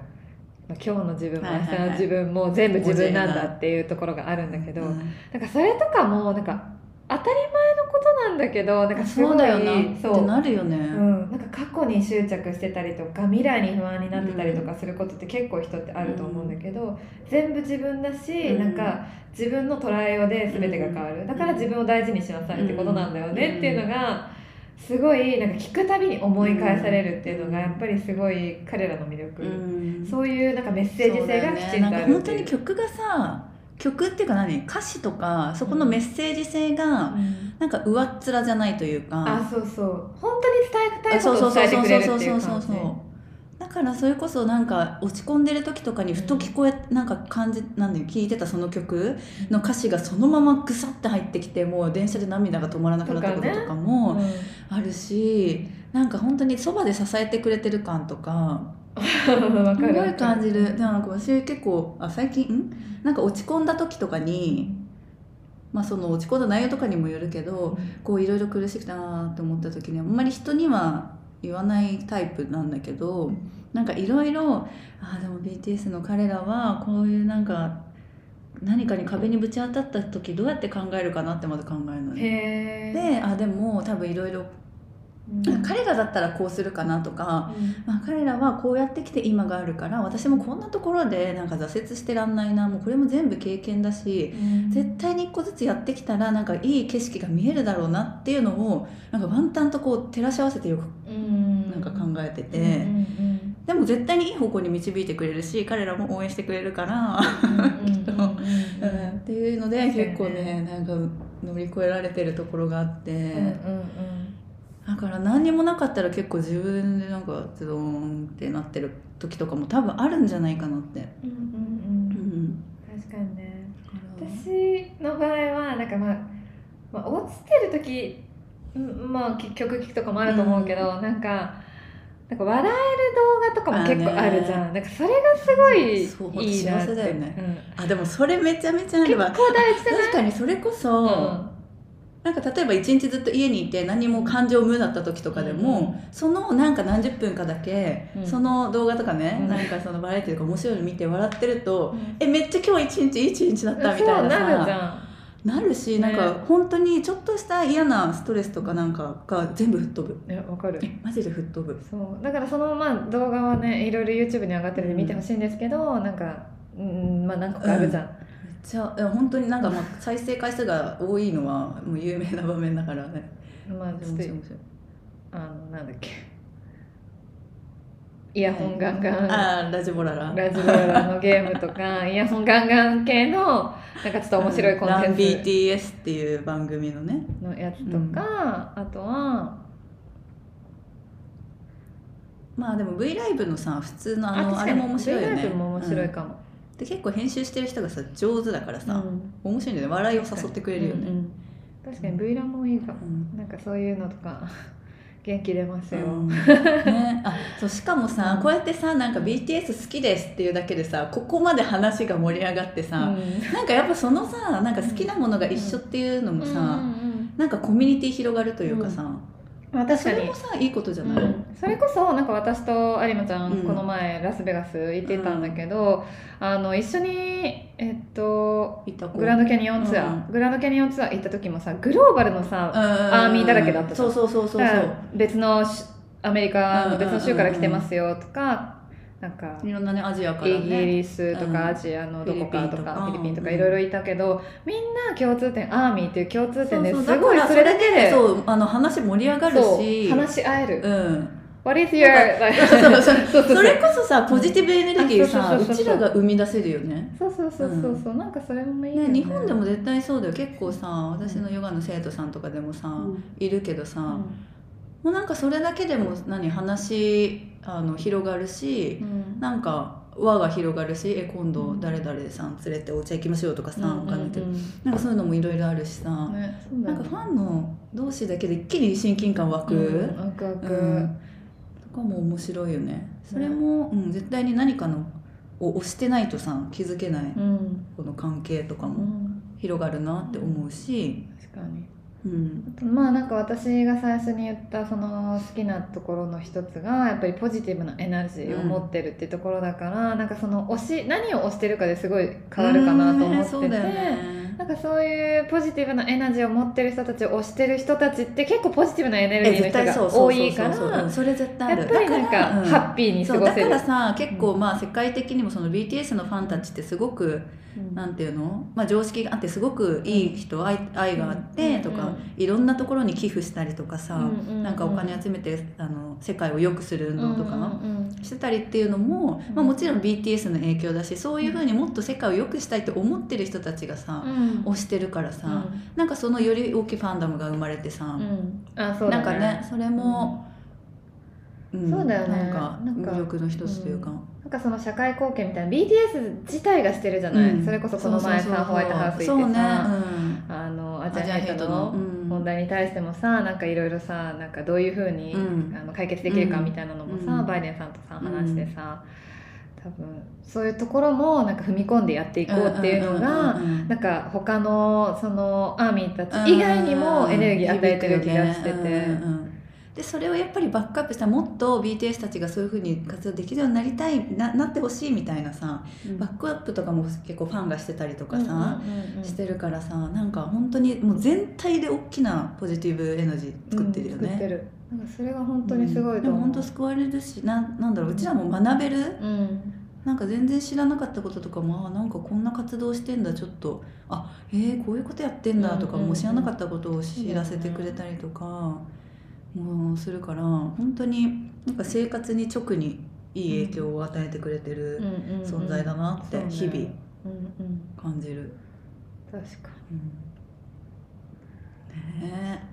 Speaker 1: まあ今日の自分も
Speaker 2: はい
Speaker 1: 明
Speaker 2: はいはい
Speaker 1: 日の自分も全部自分なんだっていうところがあるんだけど、なんかそれとかもなんか当たり前のことなんだけどなんかすご
Speaker 2: そ
Speaker 1: いう
Speaker 2: だよな
Speaker 1: そ
Speaker 2: って
Speaker 1: う
Speaker 2: なるよね、
Speaker 1: うん、なんか過去に執着してたりとか未来に不安になってたりとかすることって結構人ってあると思うんだけど、全部自分だし、
Speaker 2: うん
Speaker 1: なんか自分の捉えようで全てが変わる、だから自分を大事にしなさいってことなんだよね、
Speaker 2: うん
Speaker 1: っていうのがすごいなんか聞くたびに思い返されるっていうのがやっぱりすごい彼らの魅力、
Speaker 2: うん
Speaker 1: そういうなんかメッセージ性がきちんとあ
Speaker 2: そうだよねなんか
Speaker 1: る
Speaker 2: 本
Speaker 1: って
Speaker 2: 当
Speaker 1: い
Speaker 2: に
Speaker 1: う。
Speaker 2: 曲がさ曲っていうか何歌詞とかそこのメッセージ性が
Speaker 1: うん
Speaker 2: なんか上っ面じゃないという
Speaker 1: あ
Speaker 2: か、
Speaker 1: そうそう本当に伝えたい
Speaker 2: そ
Speaker 1: こ
Speaker 2: う
Speaker 1: と
Speaker 2: そ
Speaker 1: を伝
Speaker 2: うそう
Speaker 1: えて
Speaker 2: そう
Speaker 1: くれ
Speaker 2: そう
Speaker 1: る
Speaker 2: そ
Speaker 1: っ
Speaker 2: う
Speaker 1: てい
Speaker 2: そううそ
Speaker 1: 感
Speaker 2: う
Speaker 1: じ
Speaker 2: だからそれこそなんか落ち込んでる時とかにふと聞こえ、なんか感じなんだよ聞いてたその曲の歌詞がそのままグサって入ってきてもう電車で涙が止まらなくなったこととかも
Speaker 1: うん
Speaker 2: あるし、なんか本当にそばで支えてくれてる感とか
Speaker 1: わ
Speaker 2: す
Speaker 1: かる
Speaker 2: ごい感じるでもなんか私結構あ最近んなんか落ち込んだ時とかに、まあ、その落ち込んだ内容とかにもよるけどこういろいろ苦しくたなと思った時にあんまり人には言わないタイプなんだけどなんかいろいろあーでも BTS の彼らはこういうなんか何かに壁にぶち当たった時どうやって考えるかなってまず考えるのね。
Speaker 1: へえ、
Speaker 2: であでも多分いろいろ
Speaker 1: うん
Speaker 2: 彼らだったらこうするかなとかまあ、彼らはこうやってきて今があるから私もこんなところでなんか挫折してらんないなもうこれも全部経験だし
Speaker 1: うん
Speaker 2: 絶対に一個ずつやってきたらなんかいい景色が見えるだろうなっていうのをなんかワンタンとこう照らし合わせてよく
Speaker 1: うん
Speaker 2: なんか考えてて、
Speaker 1: うん
Speaker 2: でも絶対にいい方向に導いてくれるし彼らも応援してくれるから、
Speaker 1: うん
Speaker 2: きっと
Speaker 1: うんうん
Speaker 2: う
Speaker 1: うんん
Speaker 2: っていうので結構
Speaker 1: そうだ
Speaker 2: ね
Speaker 1: よ
Speaker 2: なんか乗り越えられてるところがあって、
Speaker 1: うんうん
Speaker 2: だから何にもなかったら結構自分でなんかズドーンってなってる時とかも多分あるんじゃないかなって。
Speaker 1: うんうん
Speaker 2: う
Speaker 1: うん
Speaker 2: ん
Speaker 1: 確かにね
Speaker 2: 私
Speaker 1: 私の場合はなんかまあまあ落ちてる時うんまあ結局聞くとかもあると思うけど、なんかなんか笑える動画とかも結構あるじゃんなんかそれがすごい
Speaker 2: そう
Speaker 1: いいなっ
Speaker 2: 幸
Speaker 1: て
Speaker 2: せだよね
Speaker 1: うん
Speaker 2: あでもそれめちゃめちゃあ
Speaker 1: 結
Speaker 2: れ
Speaker 1: 構
Speaker 2: ば
Speaker 1: 大事じゃない
Speaker 2: 確かにそれこそ、なんか例えば一日ずっと家にいて何も感情無だった時とかでも、そのなんか何十分かだけ、
Speaker 1: うん
Speaker 2: その動画とかね、
Speaker 1: うん
Speaker 2: なんかそのバラエティーとか面白いの見て笑ってる
Speaker 1: う
Speaker 2: と、
Speaker 1: ん
Speaker 2: えめっちゃ今日一日いい一日だったみたいな
Speaker 1: そうなるじ
Speaker 2: さ
Speaker 1: ゃん
Speaker 2: なるしなんか本当にちょっとした嫌なストレスとかなんかが全部吹っ飛ぶ
Speaker 1: いやわかる
Speaker 2: えマジで吹っ飛ぶ
Speaker 1: そうだからそのまあ動画はねいろいろ YouTube に上がってるんで見てほしいんですけど、なんかうんまあ何個かあるじゃん、
Speaker 2: めっちゃいや本当になんかもう再生回数が多いのはもう有名な場面だからね
Speaker 1: まあ
Speaker 2: 面
Speaker 1: ちょっと
Speaker 2: 白い面白い
Speaker 1: あのなんだっけイヤホンガンガン、
Speaker 2: あーラジボララ
Speaker 1: ラジオラのゲームと かイヤホンガンガン系のなんかちょっと面白いコン
Speaker 2: ラ
Speaker 1: テ
Speaker 2: ン
Speaker 1: ンツ
Speaker 2: BTS っていう番組のね
Speaker 1: のやつとか、あとは
Speaker 2: まあでも V ライブのさ普通のあ
Speaker 1: 確
Speaker 2: のあ
Speaker 1: かに
Speaker 2: れも面白いよ
Speaker 1: V ライ
Speaker 2: ね
Speaker 1: ブも面白い
Speaker 2: うん
Speaker 1: かも、
Speaker 2: で結構編集してる人がさ上手だから
Speaker 1: う
Speaker 2: さ、
Speaker 1: ん
Speaker 2: 面白いんだよね笑いを誘ってくれるよ
Speaker 1: うん
Speaker 2: ね、
Speaker 1: うん確かに V ラもいいかも、なんかそういうのとか元気出ますよ、
Speaker 2: うんね、あそうしかもさ、
Speaker 1: うん
Speaker 2: こうやってさなんか BTS 好きですっていうだけでさここまで話が盛り上がって
Speaker 1: う
Speaker 2: さ、
Speaker 1: ん
Speaker 2: なんかやっぱそのさなんか好きなものが一緒っていうのもさ、
Speaker 1: うんうんうん
Speaker 2: なんかコミュニティ広がるというかさ、
Speaker 1: まあ、確
Speaker 2: そ
Speaker 1: か
Speaker 2: れ
Speaker 1: に
Speaker 2: もさいいことじゃ
Speaker 1: う
Speaker 2: ない、
Speaker 1: んそれこそなんか私と有馬ちゃん、
Speaker 2: うん
Speaker 1: この前ラスベガス行ってたんだけど、あの一緒にえっと
Speaker 2: 行った子
Speaker 1: グランドキャニオンツアー、グランドキャニオンツアー行った時もさグローバルのさ、アーミーだらけだったじゃ
Speaker 2: そ
Speaker 1: ん
Speaker 2: うそうそうそうそう、
Speaker 1: だから別のしアメリカの別の州から来てますよとか、なんか
Speaker 2: いろんなねアジアから
Speaker 1: イギ
Speaker 2: ね
Speaker 1: リスと
Speaker 2: うん
Speaker 1: かアジアのどこかとかフ
Speaker 2: フ
Speaker 1: ィリ
Speaker 2: ィリ
Speaker 1: ピ
Speaker 2: ピ
Speaker 1: ンと
Speaker 2: ンと
Speaker 1: か
Speaker 2: か
Speaker 1: いろいろいたけどみんな共通点アーミーっていう共通点で
Speaker 2: そう
Speaker 1: す
Speaker 2: そう
Speaker 1: ごい
Speaker 2: だから
Speaker 1: それだけで
Speaker 2: そうあの話盛り上がるし
Speaker 1: そう話し合える
Speaker 2: うん
Speaker 1: What is your
Speaker 2: そうそう
Speaker 1: そうそう
Speaker 2: それこそさポジティブエネルギー
Speaker 1: あ
Speaker 2: さ
Speaker 1: そう
Speaker 2: う
Speaker 1: そうそうそう
Speaker 2: ちらが生み出せるよね
Speaker 1: そうそうそうそうそうなんかそれもいいよ
Speaker 2: ね日本でも絶対そうだよ結構さ私のヨガの生徒さんとかでもさ、
Speaker 1: うん
Speaker 2: いるけどさ、
Speaker 1: う
Speaker 2: も
Speaker 1: ん
Speaker 2: うなんかそれだけでも何話あの広がるし、なんか輪が広がるしえ今度誰々さん連れてお茶行きましょうとかさ、わかんないけど
Speaker 1: うんうん
Speaker 2: なんかそういうのもいろいろあるしさ、
Speaker 1: うんねそうだ
Speaker 2: なん
Speaker 1: よね
Speaker 2: かファンの同士だけで一気に親近感湧く、
Speaker 1: うんワクワク
Speaker 2: うんとかも面白いよねそれも、うん、絶対に何かのを押してないとさ気づけない、
Speaker 1: うん
Speaker 2: この関係とか
Speaker 1: う
Speaker 2: も
Speaker 1: ん
Speaker 2: 広がるなって思うし、
Speaker 1: 確かに
Speaker 2: うん、
Speaker 1: まあなんか私が最初に言ったその好きなところの一つがやっぱりポジティブなエナジーを持ってるってところだから、なんかその推し何を推してるかですごい変わるかなと思ってて、
Speaker 2: うんそうだよね
Speaker 1: なんかそういうポジティブなエナジーを持ってる人たちを推してる人たちって結構ポジティブなエネルギーの人が多いから
Speaker 2: そうそうそううんそれ絶対あ
Speaker 1: や
Speaker 2: る
Speaker 1: っぱりなんか
Speaker 2: だらうん
Speaker 1: ハッピーに過
Speaker 2: そう
Speaker 1: ご
Speaker 2: だか
Speaker 1: せる
Speaker 2: ら。さ結構まあ世界的にもその BTS のファンたちってすごく
Speaker 1: うん
Speaker 2: なんていうの、まあ、常識があってすごくいい人愛愛があってとか、
Speaker 1: うん
Speaker 2: いろんなところに寄付したりとかさ、
Speaker 1: うんうんうん
Speaker 2: なんかお金集めてあの世界を良くする運動とか、
Speaker 1: うんうん
Speaker 2: してたりっていうのも、まあ、もちろん BTS の影響だしそういうふうにもっと世界を良くしたいと思ってる人たちがさ、
Speaker 1: うん
Speaker 2: 推してるからさ、なんかそのより大きいファンダムが生まれてさ
Speaker 1: う、んあそうだ
Speaker 2: なんかねそれも、うん
Speaker 1: そうだよね
Speaker 2: なんか
Speaker 1: なんか
Speaker 2: 魅力の一つというか、
Speaker 1: なんかその社会貢献みたいな BTS 自体がしてるじゃない、
Speaker 2: うん
Speaker 1: それこそこの前さ
Speaker 2: そうそうそう
Speaker 1: ホワイトハウス
Speaker 2: そう
Speaker 1: 行って
Speaker 2: ね、
Speaker 1: さ、あのア
Speaker 2: ア
Speaker 1: ジ
Speaker 2: ジ
Speaker 1: ア
Speaker 2: ア
Speaker 1: ヘ
Speaker 2: ヘ
Speaker 1: イ
Speaker 2: イ
Speaker 1: ト
Speaker 2: ト
Speaker 1: の
Speaker 2: の
Speaker 1: 問題に対してもさなんかいろいろさなんかどういうふうに、
Speaker 2: うん
Speaker 1: あの解決できるかみたいなのもさ、
Speaker 2: うん
Speaker 1: バイデンさんとさ話してさ、多分そういうところもなんか踏み込んでやっていこうっていうのが、
Speaker 2: んうんうんうん
Speaker 1: なんか他のそのアーミーたち以外にもエネルギー与えてる気がしてて、
Speaker 2: うんうんうんでそれをやっぱりバックアップしたもっと BTS たちがそういうふうに活動できるようになりたいななってほしいみたいなさバックアップとかも結構ファンがしてたりとかさ、してるからさなんか本当にもう全体で大きなポジティブエナジー作ってるよ
Speaker 1: うん作って
Speaker 2: ね、
Speaker 1: るなんかそれが本当にすごい
Speaker 2: で
Speaker 1: と
Speaker 2: も
Speaker 1: 思う、
Speaker 2: 本当救われるしななんだろううちらも学べる
Speaker 1: うん
Speaker 2: なんか全然知らなかったこととかもあなんかこんな活動してんだちょっとあえー、こういうことやってんだとか、
Speaker 1: うんうんうん
Speaker 2: もう知らなかったことを知らせてくれたりとか、もうするから本当になんか生活に直にいい影響を与えてくれてる存在だなって日々
Speaker 1: うんうん
Speaker 2: 感じる。
Speaker 1: 確か
Speaker 2: うん ねえ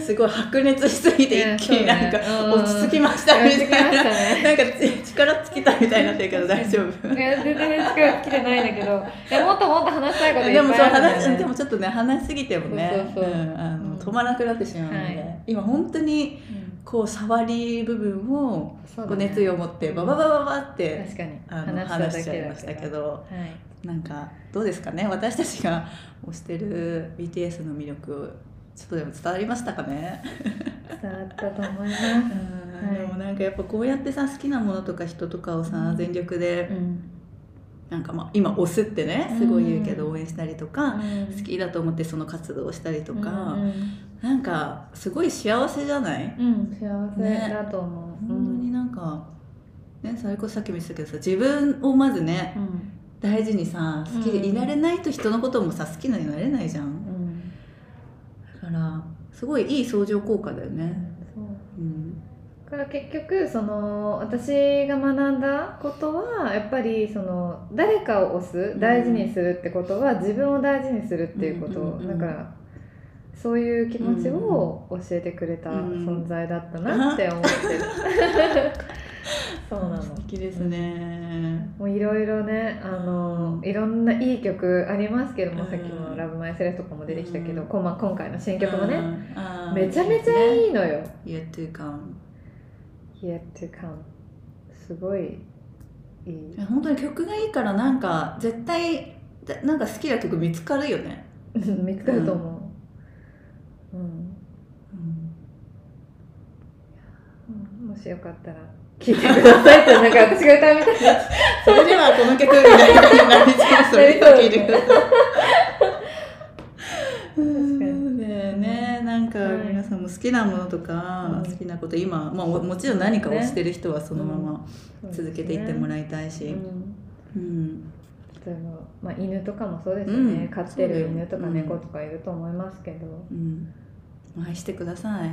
Speaker 2: すごい白熱しすぎて一気になんか
Speaker 1: ねそうね
Speaker 2: 落ち着きましたみたいな、
Speaker 1: うん
Speaker 2: なんか力尽きたみたいになってるけど大丈夫
Speaker 1: いや全然近く来てないんだけどいやもっともっと話したいこといっ
Speaker 2: でも
Speaker 1: ぱ
Speaker 2: そう
Speaker 1: いあるん
Speaker 2: 話
Speaker 1: だよね
Speaker 2: でもちょっとね話しすぎてもね
Speaker 1: そうそうそう
Speaker 2: うんあの
Speaker 1: うん
Speaker 2: 止まらなくなってしまうので、
Speaker 1: はい
Speaker 2: 今本当に
Speaker 1: うん
Speaker 2: こう触り部分を
Speaker 1: そうだ
Speaker 2: こう
Speaker 1: ね
Speaker 2: 熱意を持ってババババババって
Speaker 1: 確かに
Speaker 2: あの
Speaker 1: 話
Speaker 2: 話
Speaker 1: し
Speaker 2: し
Speaker 1: だ
Speaker 2: たちゃ
Speaker 1: け
Speaker 2: い
Speaker 1: だ
Speaker 2: ましたけ
Speaker 1: ど
Speaker 2: ど
Speaker 1: はい
Speaker 2: なんかどうですかね私たちが推してる BTS の魅力ちょっとでも伝わりましたかね、
Speaker 1: 伝わったと思います
Speaker 2: うんでもなんかやっぱこうやってさ好きなものとか人とかをさ全力で
Speaker 1: うん
Speaker 2: なんかまあ今推すってねすごい言うけ
Speaker 1: う
Speaker 2: ど
Speaker 1: ん
Speaker 2: 応援したりとか、好きだと思ってその活動をしたりとか、
Speaker 1: うん
Speaker 2: なんかすごい幸せじゃない、
Speaker 1: うん幸せ
Speaker 2: ね
Speaker 1: だと思う
Speaker 2: 本当になんか、ね、それこそさっきも言ってたけどさ自分をまずね
Speaker 1: うん
Speaker 2: 大事にさ好きでいられないと人のこともさ好きなになれないじゃ
Speaker 1: うんん
Speaker 2: だからすごいいい相乗効果だよね、
Speaker 1: そう
Speaker 2: うん、
Speaker 1: だから結局その私が学んだことはやっぱりその誰かを推す大事にするってことは自分を大事にするっていうこと、
Speaker 2: うんうんうん
Speaker 1: だからそういう気持ちを教えてくれた存在だったなって思ってる、 そうなの
Speaker 2: 素敵ですね、
Speaker 1: もういろいろねあのいろんないい曲ありますけども、さっきの「ラブマイセルフとかも出てきたけど、
Speaker 2: うん
Speaker 1: こま今回の新曲も
Speaker 2: う
Speaker 1: ね、
Speaker 2: んあー
Speaker 1: めちゃめちゃ
Speaker 2: い
Speaker 1: いいのよ
Speaker 2: いですね Yet to come
Speaker 1: 「Yet to Come」すごいいい
Speaker 2: 本当に曲がいいからなんか絶対だなんか好き な曲見つかるよね、
Speaker 1: うん見つかると思う、うん
Speaker 2: うん
Speaker 1: もしよかったら聞いてくださいってなんか私が歌うみたいになっちゃ
Speaker 2: それではこの曲みたいな感じになりそうそれでは聴いてください。
Speaker 1: に
Speaker 2: ねねなんか
Speaker 1: はい
Speaker 2: 皆さんも好きなものとか、
Speaker 1: うん
Speaker 2: 好きなこと今、まあ、ももちろん何かをしてる人はそのまま
Speaker 1: う
Speaker 2: 続けていっても
Speaker 1: い
Speaker 2: らいたいし、
Speaker 1: うん
Speaker 2: うん
Speaker 1: 例えばまあ、犬とかもそうですよね、
Speaker 2: うん
Speaker 1: 飼ってる犬とか
Speaker 2: そうだよ
Speaker 1: 猫とかいると思いますけど、うん
Speaker 2: うん、愛してください。
Speaker 1: うん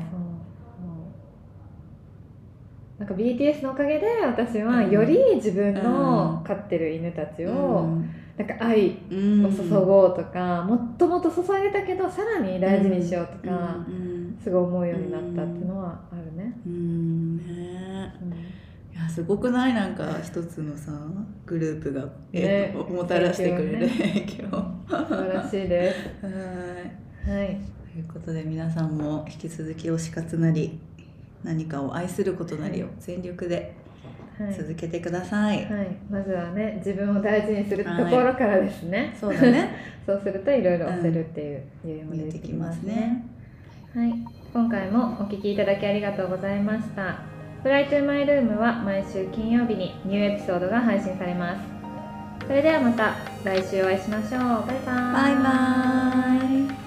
Speaker 1: なんか BTS のおかげで私はより自分
Speaker 2: うん
Speaker 1: の飼ってる犬たち
Speaker 2: う
Speaker 1: を
Speaker 2: ん
Speaker 1: なんか愛
Speaker 2: うん
Speaker 1: を注ごうとか、もっともっと注げたけどさらに大事にしようとか、
Speaker 2: うん
Speaker 1: すごい思うようになったっていうのはあるね。
Speaker 2: うんね
Speaker 1: うん
Speaker 2: いやすごくないなんか一つのさグループが、え
Speaker 1: ね
Speaker 2: ーもたらしてくれる影響。
Speaker 1: 素晴らしいです。
Speaker 2: はい
Speaker 1: はい、
Speaker 2: ということで皆さんも引き続き推し活なり何かを愛することなりを
Speaker 1: はい
Speaker 2: 全力で
Speaker 1: はい、
Speaker 2: 続けてください、
Speaker 1: はい、まずはね、自分を大事にするところからですね。
Speaker 2: そうだ。ね
Speaker 1: そうすると、いろいろ押せるっていう、理由も
Speaker 2: 見え
Speaker 1: 出
Speaker 2: て
Speaker 1: てき
Speaker 2: き
Speaker 1: ま
Speaker 2: ますす
Speaker 1: ね。
Speaker 2: ね
Speaker 1: はい、今回もお聞きいただきありがとうございました。フライトゥーマイルームは毎週金曜日にニューエピソードが配信されます。それではまた来週お会いしましょう。バイバーイ。
Speaker 2: バイバイ